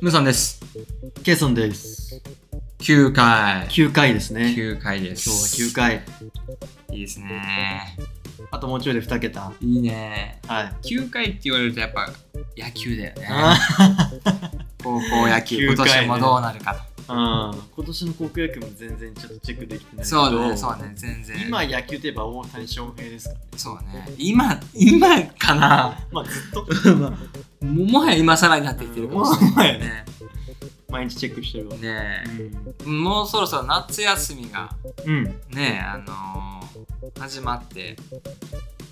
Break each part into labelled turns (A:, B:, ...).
A: ムさんです。
B: ケイソンです。
A: 9回。
B: 9回ですね。今
A: 9回で
B: 日は
A: す。
B: 9回。
A: 回。いいですね。
B: あともうちょいで2桁。
A: いいね。
B: はい。
A: 9回って言われるとやっぱ野球だよね。
B: あ
A: 高校野球、
B: 9
A: 今
B: 回ね
A: 年もどうなるか。
B: ー うん今年の高校野球も全然ちょっとチェックできてないけど
A: そうね、そうね、全然。
B: 今野球といえば大谷翔平ですからね。
A: そうね。今、今かな。
B: まあずっ と
A: ももはや今更になってきてるかもしれないね。
B: 毎日チェックしてるわ。
A: ねえ、もうそろそろ夏休みが
B: うん。
A: ねえ、あのー始まって、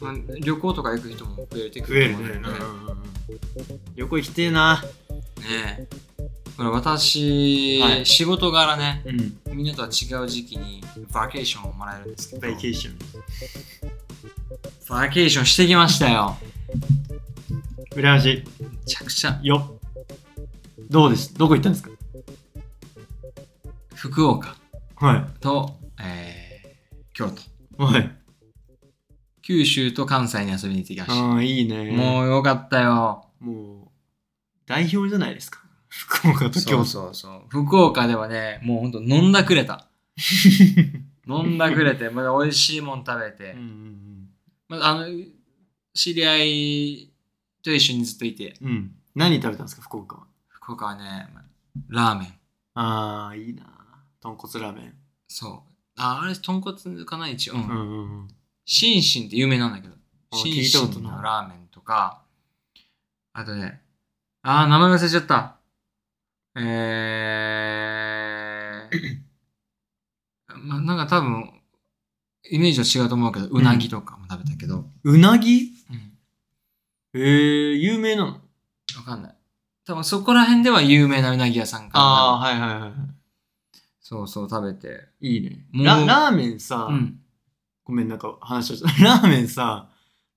A: まあ旅行とか行く人も増えてく
B: 増え
A: ると
B: る
A: 思うんだ
B: ね
A: よね。。
B: 旅行行きてえな。
A: ねえこれ私、
B: はい
A: 仕事柄ね、
B: うん。
A: みんなとは違う時期にバケーションをもらえるんですけど、
B: バイケーション。
A: バケーションしてきましたよ。
B: 羨ましい。
A: めちゃくちゃ
B: よっどうですどこ行ったんですか
A: 福岡
B: は
A: と、えー京都、
B: い。はい。
A: 九州と関西に遊びに行ってきまし
B: ああ、いい
A: た。
B: ね。
A: もうよかったよ。
B: もう、代表じゃないですか。 福岡と
A: そ
B: 京
A: う
B: 都。
A: そうそう。福岡ではね、もうほんと飲んだくれ た。飲んだくれて、まだ美味しいもん食べて、
B: うんうん
A: まあ、あの知り合いと一緒にずっといて
B: うんうん。何食べたんですか、福岡は。
A: 福岡はねまあラーメン
B: ああ、いいな。豚骨ラーメン。
A: そうああれ豚骨かな一応、うん
B: うんうんうん。
A: シンシンって有名なんだけど
B: あ
A: シ
B: 聞
A: ン
B: いた
A: シ
B: こと
A: ン
B: ない
A: のラーメンとかあとねあー名前忘れちゃったえー、まあなんか多分イメージは違うと思うけどうなぎとかも食べたけど、
B: うなぎ
A: うん
B: えー、有名なの
A: わかんない。多分そこら辺では有名なうなぎ屋さんかな。
B: ああ、はいはいは
A: そうそう、食べて。
B: い。いいね。
A: もう
B: ララーメンさ、
A: うん。
B: ごめん、なんか話しちゃった。 ラーメンさ、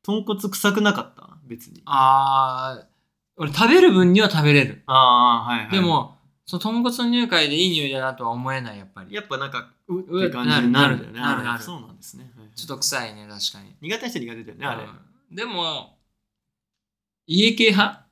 B: 豚骨臭くなかった別に。
A: ああ、俺食べる分には食べれる。
B: ああー、はいはい。
A: で、も、その豚骨の入会でいい匂いだなとは思えない、やっぱり。
B: やっぱなんか、う
A: う
B: って感じになるんだよね。
A: なるなるなる
B: あーそうなんですね。はい
A: ちょっと臭いね、確かに。
B: 苦手な人苦手だよね、あれ。
A: うんでも、家系派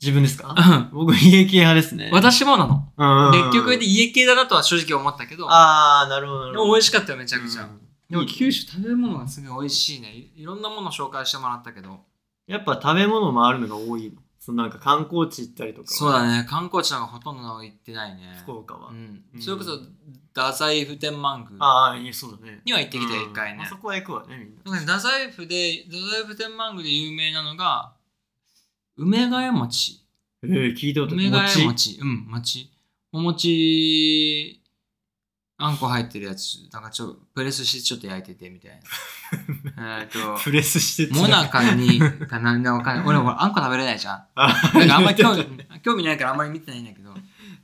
B: 自分ですか
A: うん
B: 僕、家系派ですね。
A: 私もなの。
B: 結
A: 結局で家系だなとは正直思ったけど、
B: ああ、なるほどな
A: で
B: るほど。
A: も美味しかったよ、めちゃくちゃ。
B: うん
A: でも
B: いい
A: 九州食べ物がすごい美味しいね。いいろんなもの紹介してもらったけど。
B: やっぱ食べ物もあるのが多いの。そのなんか観光地行ったりとか。
A: そうだね、観光地なんかほとんど行ってないね。
B: 福岡は。
A: うん
B: う。ん
A: それこそ、太宰府天満宮
B: ああ、いいそうだね。
A: には行ってきたよ、一回
B: うんま
A: ね
B: あ。そこは行くわね、みんな。
A: なんかね太宰府で、太宰府天満宮で有名なのが、梅ヶ谷餅。
B: えー、聞いたこと
A: 梅ヶ谷
B: 餅
A: 餅。うん、餅。お餅、あんこ入ってるやつ、なんかちょ、プレスしてちょっと焼いててみたいな。えっと、
B: プレスして
A: もなかに、かな、なんかわかんない。俺、俺あんこ食べれないじゃん。なんかあんまり興味興味ないからあんまり見てないんだけど。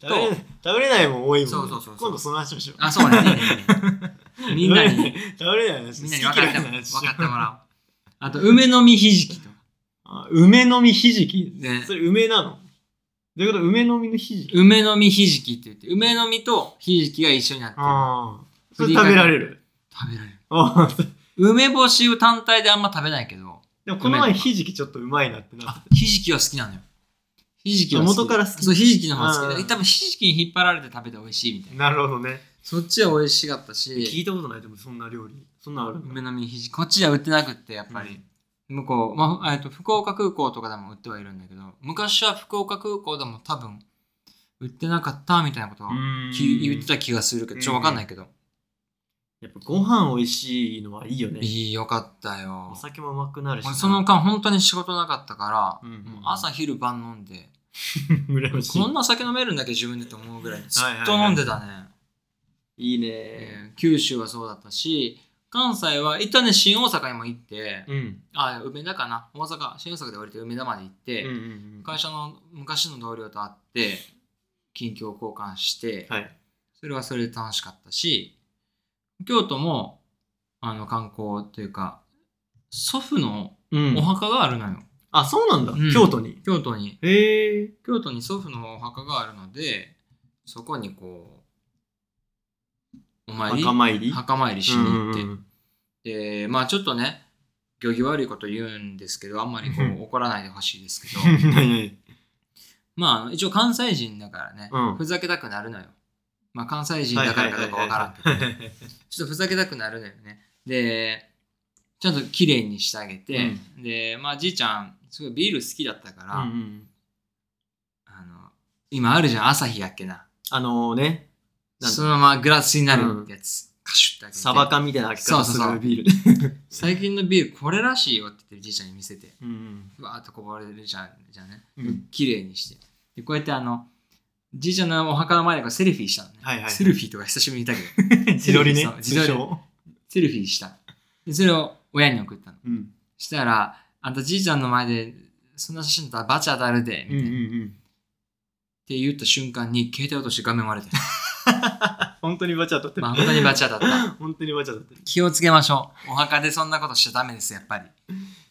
B: 食べれ食べれないもん多いもんね。
A: そうそうそうそう
B: 今度その話をしよう。
A: あ、そうね。いいねいいねみんなに、
B: 食べれない話。
A: みんなに
B: 好
A: 分か
B: き
A: っ
B: 嫌い
A: て
B: な
A: も分
B: 話しよう
A: かってもらおう。あと、梅の実ひじきと。
B: あ梅の実ひじき。
A: ね
B: それ梅なのどういうこと梅の実のひじき。
A: 梅の実ひじきって言って、梅の実とひじきが一緒になってる。
B: ああ。それ食べら れる。
A: 食べられる。
B: ああ。
A: 梅干しを単体であんま食べないけど、
B: でもこの前ひじきちょっとうまいなってなって
A: あ、ひじきは好きなのよ。ひじきは好き。
B: 元から好き
A: そう、ひじきの方が好き
B: う
A: で。
B: ん
A: 多分ひじきに引っ張られて食べて美味しいみたいな。
B: なるほどね。
A: そっちは美味しかった
B: 聞
A: し、
B: いたことないでもそんな料理。そんなんあるんだ
A: 梅の実ひじき。こっちでは売ってなくって、やっぱり。向こう、まあ、えっと、福岡空港とかでも売ってはいるんだけど、昔は福岡空港でも多分、売ってなかったみたいなことはき言ってた気がするけど、ちょっとわかんないけど。
B: やっぱご飯美味しいのはいいよね。
A: いい、よかったよ
B: お。酒もうまくなるしな。
A: 俺、その間本当に仕事なかったから、
B: うん
A: もう朝昼晩飲んで、
B: 羨まし
A: こんな酒飲めるんだっけ自分でと思うぐらい、ず
B: はいはいはい
A: っと飲んでたね。
B: い。いい
A: え
B: ね。
A: ー九州はそうだったし、関西は、一旦ね、新大阪にも行って、
B: うん。
A: あ、梅田かな。大阪、新大阪で降りて梅田まで行って、
B: うんうんうん
A: 会社の昔の同僚と会って近況交換して、
B: はい。
A: それはそれで楽しかったし京都もあの観光というか祖父の
B: う
A: お
B: ん。
A: 墓があるのよ、
B: あ、そうなんだ
A: うん。
B: 京都に。
A: 京都に
B: へえ。
A: 京都に祖父のお墓があるのでそこにこうお参り
B: 墓参り
A: 墓参りしに行って、
B: うんうん
A: でまあちょっとね行儀悪いこと言うんですけどあんまりこ
B: うん
A: う怒らないでほしいですけど
B: うん何々
A: まああの、一応関西人だからね、
B: うん
A: ふざけたくなるのよ。まあ、関西人だからかどうかわからんけど、
B: はいはいはいはい
A: ちょっとふざけたくなるのよね。で、ちゃんと綺麗にしてあげて、で、まあ、じいちゃん、すごいビール好きだったから、
B: うんうん
A: あの、今あるじゃん、朝日やっけな。
B: あのね、なんだ
A: そのままグラスになるってやつ、カシュッて開けて
B: サバ缶みたいな開け
A: そう
B: 方
A: そう
B: す
A: そう
B: るビールね。
A: 最近のビールこれらしいよって言ってじいちゃんに見せて、
B: うん
A: うわーっとこぼれるじゃん、じゃんね。
B: うん
A: 綺麗にして。で、こうやってあの、じいちゃんのお墓の前だからセルフィーしたのね。
B: はいはいはい
A: セルフィーとか久しぶりに言った けど、
B: 自撮りね
A: そう。自撮り
B: 通称
A: セルフィーした。で、それを親に送ったの。
B: うん
A: したら、あんたじいちゃんの前で、そんな写真だったらバチ当たるで、み
B: う
A: たい
B: んう
A: な。
B: ん
A: っ
B: うん。
A: て言った瞬間に、携帯落として画面割れてる。
B: 本当にバチ当たって
A: まあ、
B: る。
A: 本当にバチ当た った。
B: 本当にバチ当たってる。
A: 気をつけましょう。お墓でそんなことしちゃダメです、やっぱり。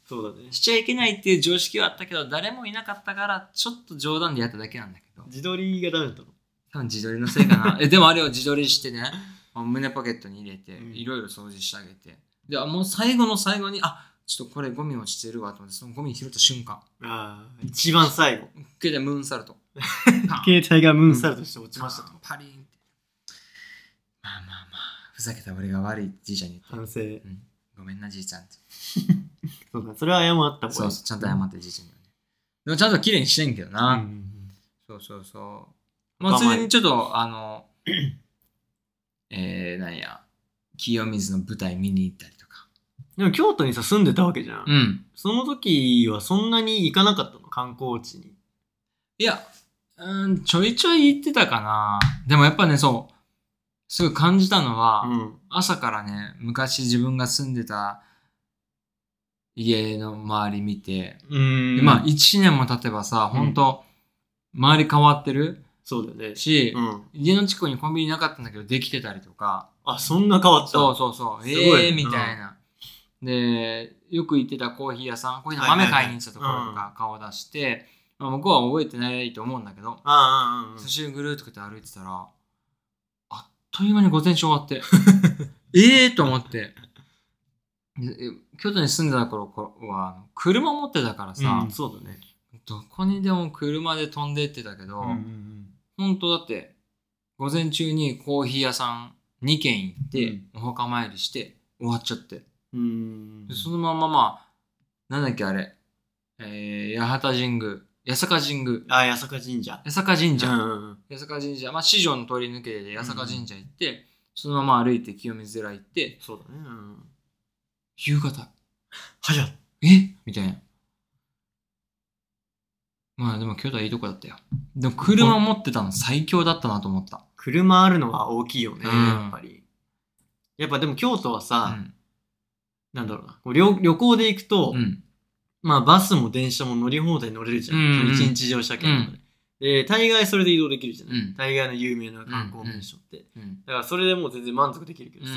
B: そうだね。
A: しちゃいけないっていう常識はあったけど、誰もいなかったから、ちょっと冗談でやっただけなんだけど。
B: 自撮りがダメだったの。
A: 多分自撮りのせいか な。えでもあれを自撮りしてね、あ胸ポケットに入れて、
B: うん
A: いろいろ掃除してあげて。で、あもう最後の最後に、あちょっとこれゴミ落ちてるわと思って、そのゴミ拾った瞬間、
B: ああ、一番最後。
A: 受けてムーンサル ト。パン
B: 携帯がムーンサルトして落ちましたと。
A: パリーンって。まあまあまあ、ふざけた俺が悪いじいちゃんに言って、
B: 反省。
A: うん、ごめんなじいちゃんって。
B: そうだ、それは謝った方
A: そ
B: がいうい。
A: そう、ちゃんと謝ってじいちゃんにはね。でもちゃんと綺麗にしてんけどな。
B: うんうんうん
A: そうそうそう。まあ、
B: まあ
A: ついでにちょっと、あ の、えー、なんや、清水の舞台見に行ったりとか。
B: でも京都にさ、住んでたわけじゃん。
A: うん。
B: その時はそんなに行かなかったの観光地に。
A: いや、うん、ちょいちょい行ってたかな。でもやっぱね、そう、すごい感じたのは、
B: うん。
A: 朝からね、昔自分が住んでた家の周り見て、
B: うん
A: でまあ、1年も経てばさ、ほんと、周り変わってる
B: そうだよね。
A: し、
B: うん。
A: 家の近くにコンビニなかったんだけど、できてたりとか、
B: あ、そんな変わった。
A: そうそうそう。
B: すごい
A: ええー、みたいな。で、よく行ってたコーヒー屋さん、コーヒーの豆買いに行ったところ
B: はい
A: と
B: はいは
A: か顔を出して、まあ、向こうは覚えてないと思うんだけど、
B: ああ、うんうんうん
A: 寿。司ぐるーっとこうやって歩いてたら、あっという間に午前中終わ って、ええと思って。でえ京都に住んでた頃は、あの車持ってたからさ、
B: うんそうだね。
A: どこにでも車で飛んでってたけど、
B: うんうんうん
A: 本当だって午前中にコーヒー屋さん2軒行って、お墓参りして終わっちゃって、
B: うーん
A: でそのまんままあなんだっけあれ、えー、八幡神宮八坂神宮
B: ああ、八坂神社。
A: 八坂神社、
B: うんうんうん
A: 八坂神社まあ四条の通り抜けて八坂神社行って、そのまま歩いて清水寺行って
B: そうだね。うん
A: 夕方
B: 早っ。
A: えみたいなまあでも京都はいいとこだったよでも車持ってたの最強だったなと思った、
B: 車あるのは大きいよね、
A: うん
B: やっぱり。やっぱでも京都は
A: う
B: さ、
A: ん
B: なんだろうな、こう旅旅行で行くと、
A: うん
B: まあバスも電車も乗り放題乗れるじゃん。
A: うんうん
B: その一日乗車券とかで。で、大概それで移動できるじゃない、
A: うん
B: 大概の有名な観光名所って。
A: うん
B: だからそれでもう全然満足できるけどさ、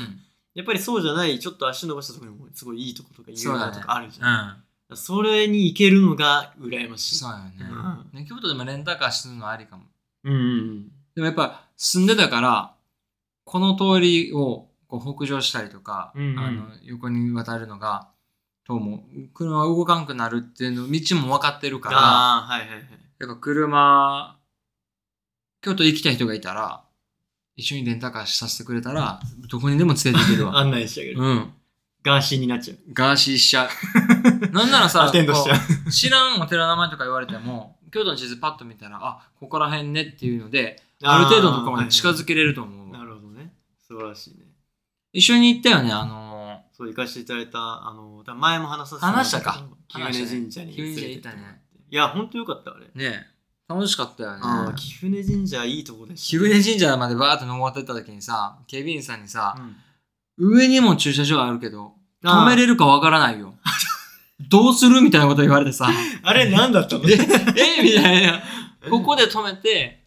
B: やっぱりそうじゃない、ちょっと足伸ばしたところにもすごいいいとことか有名なとこあるじゃん。だか
A: うん
B: らそれに行けるのが羨ましい。
A: そうよね,、ね。京都でもレンタカーするのはありかも。
B: うんうん
A: でもやっぱ住んでたから、この通りをこう北上したりとか、
B: うんうん
A: あの横に渡るのが、どうも、車が動かんくなるっていうの、道も分かってるか
B: ああ、はいはいはい。
A: ら、やっぱ車、京都行きたい人がいたら、一緒にレンタカーさせてくれたら、どこにでも連れて行ける わ。
B: 案内してあげる。
A: うん。
B: ガーシーになっちゃう。
A: ガーシーしち ゃう。なんならさ、
B: アテンドしちゃう。
A: 知らんお寺の名前とか言われても、京都の地図パッと見たら、あ、ここら辺ねっていうので、ある程度のところまで近づけれると思う。
B: あーはいはいなるほどね。素晴らしいね。
A: 一緒に行ったよね、あの
B: そう、行かせていただいた、あの、だ前も話させて
A: 話したか
B: 清根神社に
A: 話したね
B: 連れてってもらっ
A: 清
B: て
A: 根神社行ったね。
B: いや、ほんとよかった、あ
A: ー
B: れ。
A: ねえ楽しかったよね。
B: ああ、貴船神社いいとこでした
A: 貴
B: ね。
A: 船神社までバーッと登ってった時にさ、警備員さんにさ、
B: うん
A: 上にも駐車場あるけど、止
B: あー
A: めれるかわからない よ。どうするみたいなこと言われて さ、
B: あれ何だったの
A: え、えみたいな。 ここで止めて、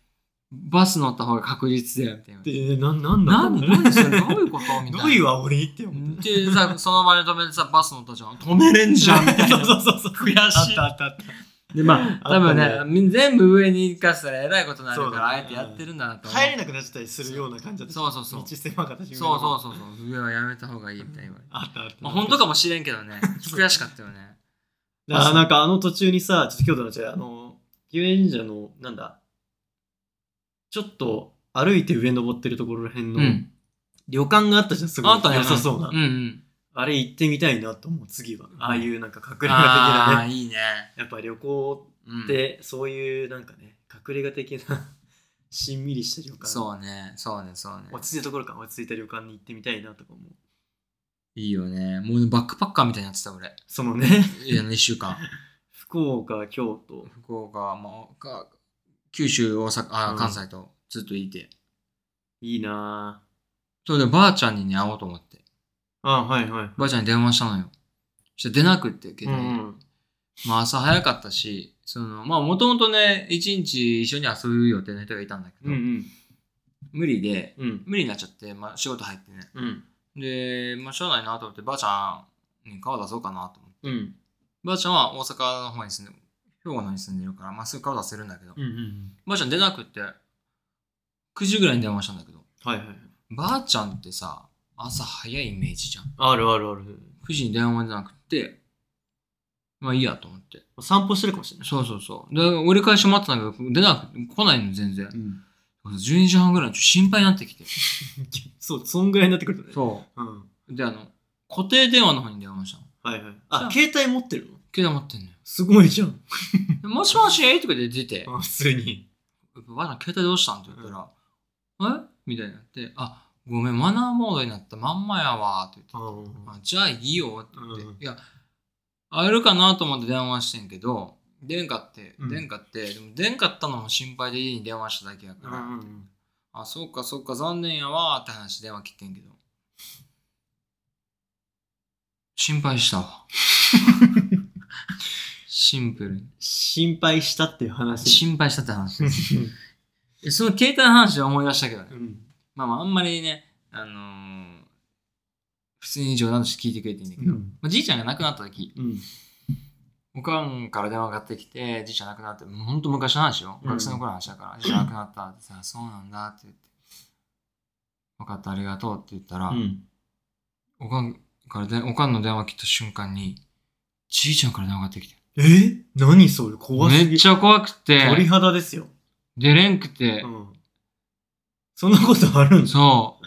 A: バス乗った方が確実だよ、みたいな。
B: で、な、なんだった
A: 何
B: んだ
A: 何それどういうことみたいな。
B: どういうわ、俺って 思って。
A: でさ、その場で止めてさ、バス乗ったじゃん。止めれんじゃんみたい
B: そう
A: な。
B: そう そうそう。
A: 悔しい
B: あったあったあった。
A: で、まあ、多分ね、全部上に行かせたらえらいことになるから、あ
B: そうだ
A: え
B: ね
A: てやってるんだなと思う。
B: 帰れなくなっちゃったりするような感じだった。
A: そうそうそう
B: 道狭かったし。
A: そうそう
B: う。
A: そうそう。上はやめた方がいいみたいな言われて。
B: あったあった。
A: まあ、本当かもし れんけどね。悔しかったよね。
B: あなんかあの途中にさ、ちょっと京都の違う、あの、祇園神社の、なんだ、ちょっと歩いて上登ってるところらへん
A: う
B: の、
A: ん。
B: 旅館があったじゃん、すごい。
A: あんたね
B: 良さそうな。
A: うんうん。
B: あれ行ってみたいなと思う、次は。ああいうなんか隠れ家的
A: あ
B: な
A: あ、
B: ね。
A: いいね。
B: やっぱ旅行
A: うん
B: って、そういうなんかね、隠れ家的な、 しんみりした旅館。
A: そうね、そうね、そうね。
B: 落ち着いたところか、落ち着いた旅館に行ってみたいなとか思う。
A: いいよね。もうバックパッカーみたいになってた、俺。
B: そのね、
A: いや、1週間。
B: 福岡、京都、
A: 福岡、まあ、か九州、大阪、
B: う
A: あ
B: ん
A: 関西とずっといて。
B: いいな
A: それで、ばあちゃんにね、会おうと思って。
B: ぁ。あ、はいはい。
A: ばあちゃんに電話したのよ。そして出なくって、携
B: うん
A: 帯
B: うん、
A: まあ朝早かったし、その、まあもともとね、一日一緒に遊ぶ予定の人がいたんだけ
B: う
A: ど、
B: ん
A: 無理で、
B: うん。
A: 無理になっちゃって、まあ仕事入ってね。
B: うん。
A: で、まあしょうがないなと思って、ばあちゃんに顔出そうかなと思って。
B: うん。
A: ばあちゃんは大阪の方に住んで、兵庫の方に住んでるから、まあすぐ顔出せるんだけど、
B: うんうん。
A: ばあちゃん出なくって、9時ぐらいに電話したんだけど、
B: はいはいはい。
A: ばあちゃんってさ、朝早いイメージじゃん。
B: あるあるある。
A: 9時に電話じゃなくて、まあいいやと思って。
B: 散歩してるかもしれない。
A: そうそうそう。で、折り返し待ってたんだけど、出なく、来ないの全然。
B: うん、
A: 12時半ぐらいにちょっと心配になってきて。
B: そう、そんぐらいになってくるとね。
A: そ
B: うん。
A: う。で、あの、固定電話の方に電話したの。
B: はいはい。
A: じゃ
B: あ、
A: あ
B: 携帯持ってるの
A: 携帯持ってんのよ
B: すごいじゃん。
A: で。もしもしとかで出て、
B: あ普通に。
A: ばあちゃん携帯どうしたんって言ったら、えみたいになって、あ、ごめん、マナーモードになったまんまやわって言って、
B: あ
A: あじゃあいいよって言って、
B: うん
A: いや、会えるかなと思って電話してんけど、電化って、
B: うん
A: 電化って、でも電化ったのも心配で家に電話しただけやから、
B: うん。
A: あ、そうかそうか、残念やわーって話で電話切ってんけど。心配したわ。シンプルに。
B: 心配したっていう話。
A: 心配したって話。えその携帯の話で思い出したけどね。
B: うん。
A: まあまあ、あんまりね、あのー普通に冗談として聞いてくれていいんだけど、
B: うん
A: まあ、じいちゃんが亡くなった時、
B: うん。
A: おかんから電話がかかってきて、じいちゃん亡くなって、もうほんと昔の話よ。
B: うん
A: 学生の頃の話だから、じいちゃん亡くなったってさ、そうなんだって言って、分かった、ありがとうって言ったら、
B: うん。
A: おかんからで、おかんの電話切った瞬間に、じいちゃんから電話がってきて。
B: え何それ怖すぎ
A: めっちゃ怖く
B: 鳥
A: て、
B: 肌ですよ。
A: 出れんくて
B: う、ん。そんなことあるんだ。
A: そ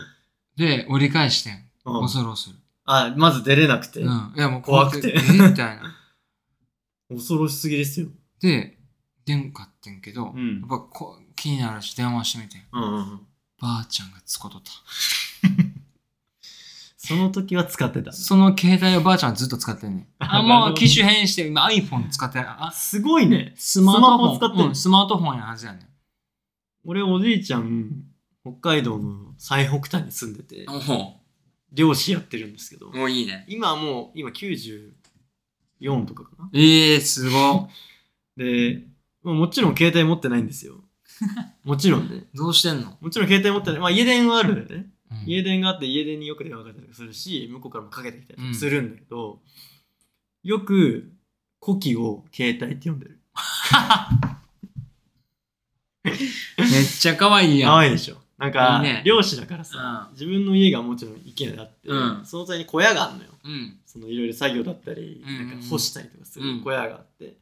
A: う。で、折り返してん。
B: うん
A: 恐る恐る。
B: あ、まず出れなくて
A: う。ん。いや、もう
B: 怖くて
A: えみたいな。
B: 恐ろしすぎですよ。
A: で、出んかってんけど、
B: う
A: や
B: ん
A: っ。ぱこ気になるし、電話してみてん。
B: うんうんうん。
A: ばあちゃんがつことった。
B: その時は使ってた。
A: その携帯をばあちゃんはずっと使ってんねん。あ、
B: あなるほ
A: も
B: ど
A: う機種変して、今 iPhone 使ってる。あ、
B: すごいね。
A: スマート
B: スマホ
A: フ
B: 使
A: ォ
B: っ
A: ン。
B: てる
A: うん、スマートフォンやはずやねん。
B: 俺おじいちゃん、北海道の最北端に住んでて、
A: も
B: 漁師やってるんですけど、
A: ういいね。
B: 今はもう、今94とかかな。
A: ええー、すごっ。
B: で、まあもちろん携帯持ってないんで すよ。もちろんね。
A: どうしてんの、
B: もちろん携帯持ってない。まあ家電はあるんだよね。家電があって家電によく電話かけたりするし、向こうからもかけてきたりとかするんだけど、よく、古希を携帯って呼んでる。
A: めっちゃ可愛いや
B: 可
A: ん。
B: 愛いでしょ。なんか、
A: いいね
B: 漁師だからさ、
A: うん
B: 自分の家がもちろん池にあって、
A: うん
B: その際に小屋があるのよ。
A: うん。
B: そのいろいろ作業だったり、
A: うんうんうん
B: なんか干したりとかす
A: う
B: る
A: ん
B: 小屋があって、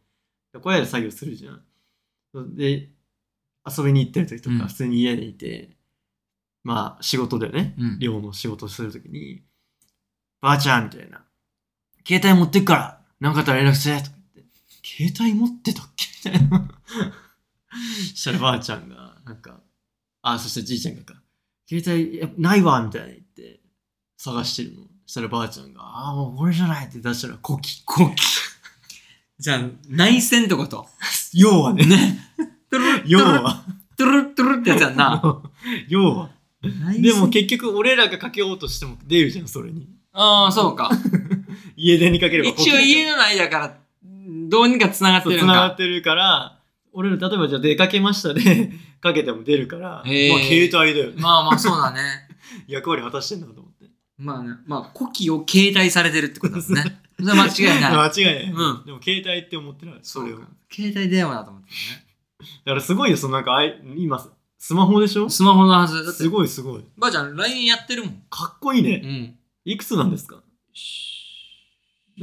B: 小屋で作業するじゃん。で、遊びに行ってる時と
A: うん
B: か、普通に家にいて、まあ仕事だよね。
A: うん。
B: 寮の仕事する時に、ばあちゃんみたいな、携帯持ってくから、なんかあったら連絡してとか言って、携帯持ってたっけみたいな。そしたらばあちゃんが、なんか、あ、そしてじいちゃんがか、携帯いやないわ、みたいな言って、探してるの。そしたらばあちゃんが、ああ、もうこれじゃないって出したら、コキ。
A: コキ。じゃあ、内戦ってこと
B: 要はね。
A: ね。トゥルル
B: 要
A: トゥルル
B: は。
A: トゥルルトゥルルってやつやんな。
B: 要は。で
A: で
B: も
A: も、
B: 結局、俺らがかけようとしても出るじゃん、それに。
A: ああ、そうか。
B: 家電にかければ
A: 一応家の内だから、どうにか繋がって
B: そう
A: るん
B: 繋がっ
A: か。
B: てるから、俺ら例えばじゃあ出かけましたで、 かけても出るから、
A: へー
B: まあ携帯だよね。
A: まあまあ、そうだね。
B: 役割果たしてんだと思って。
A: まあね、まあ、コキを携帯されてるってことだも んね。それは間違いない。
B: 間違いない。
A: うん
B: でも携帯って思ってない。それを。だ
A: か
B: か。
A: 携帯電話だと思って
B: らすごいよ、そのなんかあい、今、スマホでしょ
A: るね。スマホのはず。だって
B: す、ごいすごい。
A: ばあちゃん LINE やってるもん。
B: かっこいいね。
A: ん。
B: いくつなんですか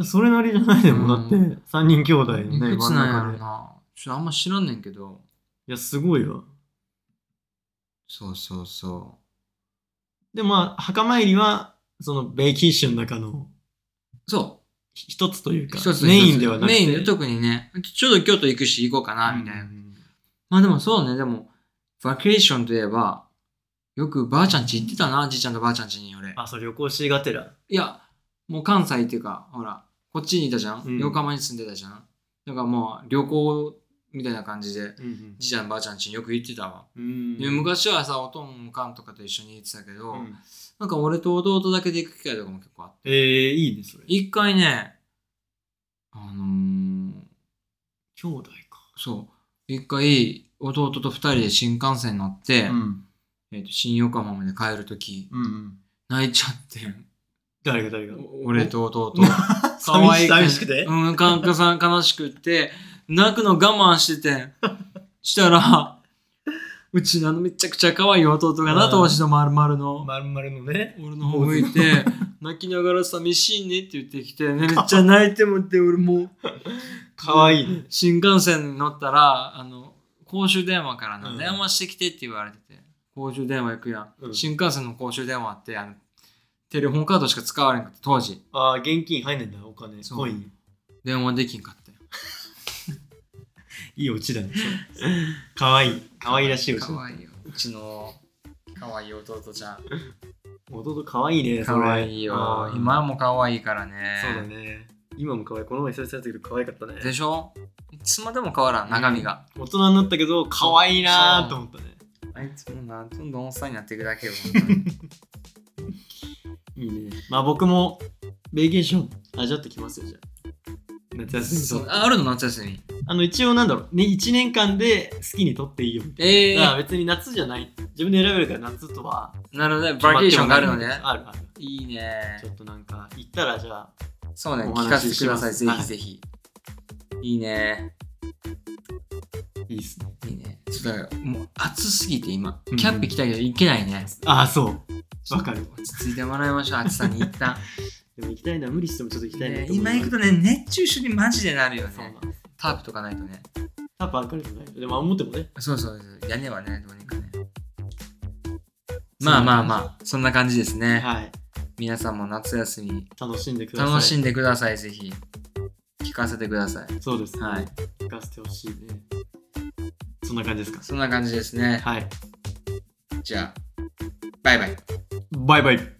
B: それなりじゃないでも、だって、
A: う
B: 3人兄弟の
A: い
B: ね、
A: くつ
B: 真
A: なん
B: ん
A: や
B: 中
A: ろ
B: で。
A: な。ちょっとあんま知らんねんけど、
B: いや、すごいわ。
A: そうそうそ
B: で、まあ、墓参りは、その、ベイキッシュの中の
A: う。そ
B: ひ一つという
A: う。
B: か
A: 一つ、
B: メインではなくて。
A: メインで特にね、ちょうど京都行くし行こうかな、みたいな。
B: うん
A: まあでもそうね、でも、バケーションといえば、よくばあちゃん家行ってたな、じいちゃんとばあちゃん家に俺。
B: あ、そう、旅行しがてら。
A: いや、もう関西っていうか、ほら、こっちにいたじゃん、
B: うん
A: 横浜に住んでたじゃんだからもう旅行みたいな感じで、
B: うんうん
A: じいちゃんばあちゃん家によく行ってたわ。
B: うん
A: で昔はさ、おとんおかんとかと一緒に行ってたけど、
B: うん
A: なんか俺と弟だけで行く機会とかも結構あって。
B: えー、いいね、それ。
A: 一回ね、あのー、
B: 兄弟か。
A: そう、一回弟と二人で新幹線乗って、
B: うん。
A: えーと新横浜まで帰るとき、
B: うんうん。
A: 泣いちゃってん
B: 誰が誰が。
A: お俺と弟。
B: かわいい。 寂しくて。
A: うん、かんかさん悲しくって、泣くの我慢して てん。したら、うちのあのめちゃくちゃ可愛い弟がな、
B: うん
A: 当時の丸々の。
B: まるまるのね。
A: 俺の方向いて、泣きながら寂しいねって言って きて、ね、めっちゃ泣いてもって、俺もう、
B: かわいいね。
A: 新幹線に乗ったら、あの、公衆電話から
B: う
A: の
B: ん
A: 電話してきてって言われてて、公衆電話行くやん。
B: うん
A: 新幹線の公衆電話って、あの、テレホンカードしか使われんかった、当時。
B: ああ、現金入んないんだ、お金。
A: そう
B: コイン。
A: 電話できんかったよ。
B: いいオチだね。それかわいい。かわいらしいオチ
A: か。わいいよ。うちの、かわいい弟ちゃん。
B: 弟かわいいね、そ
A: か
B: れ。
A: わいいよ
B: あ。ー
A: 今もかわいいからね。
B: そうだね。今も可愛い。この前久々にやったけど可愛かったね。
A: でしょいつまでも変わらん、中身が。
B: 大人になったけど可愛いなーと思ったね。
A: あいつもな、どんどんおっさんになっていくだけよ。本当に
B: いいね。まあ僕もベーケーション味わってきますよ、じゃあ。夏休み
A: そう
B: と。
A: ああるの夏休み。
B: あの一応なんだろう、ね、1年間で好きに取っていいよみたい
A: ええ
B: な。だから別に夏じゃない。自分で選べるから夏とは。
A: なるほどね、バリケーションがあるのね。
B: あるある。
A: いいね
B: ちょ。っとなんか、行ったらじゃあ、
A: そうね、
B: お
A: 聞かせ
B: 話し
A: て
B: し
A: くだ
B: ます
A: さい、ぜひぜひ。いいね。
B: いいっすね。
A: いいね。ちょっと、もう暑すぎて今、
B: うん
A: キャンプ行きたいけど行けないね。
B: ああ、そう。わかる
A: ちょっと落ち着いてもらいましょう、暑さに一旦。
B: でも行きたいな、無理してもちょっと行きたいな
A: ね
B: と思いま
A: 今
B: す
A: 行くとね、熱中症にマジでなるよ
B: そうな
A: ね
B: ん。です。
A: タープとかないとね。
B: タッパー明るくない。でも、思ってもね。
A: そうそうそう、屋根はね、どうにかね。まあまあまあ、そんな感じですね。
B: はい。
A: 皆さんも夏休み
B: 楽しんでください。
A: 楽しんでください、ぜひ。聞かせてください。
B: そうですね。
A: はい
B: 行かせてほしいね。そんな感じですか。
A: そんな感じですね。
B: はい。
A: じゃあ、バイバイ。
B: バイバイ。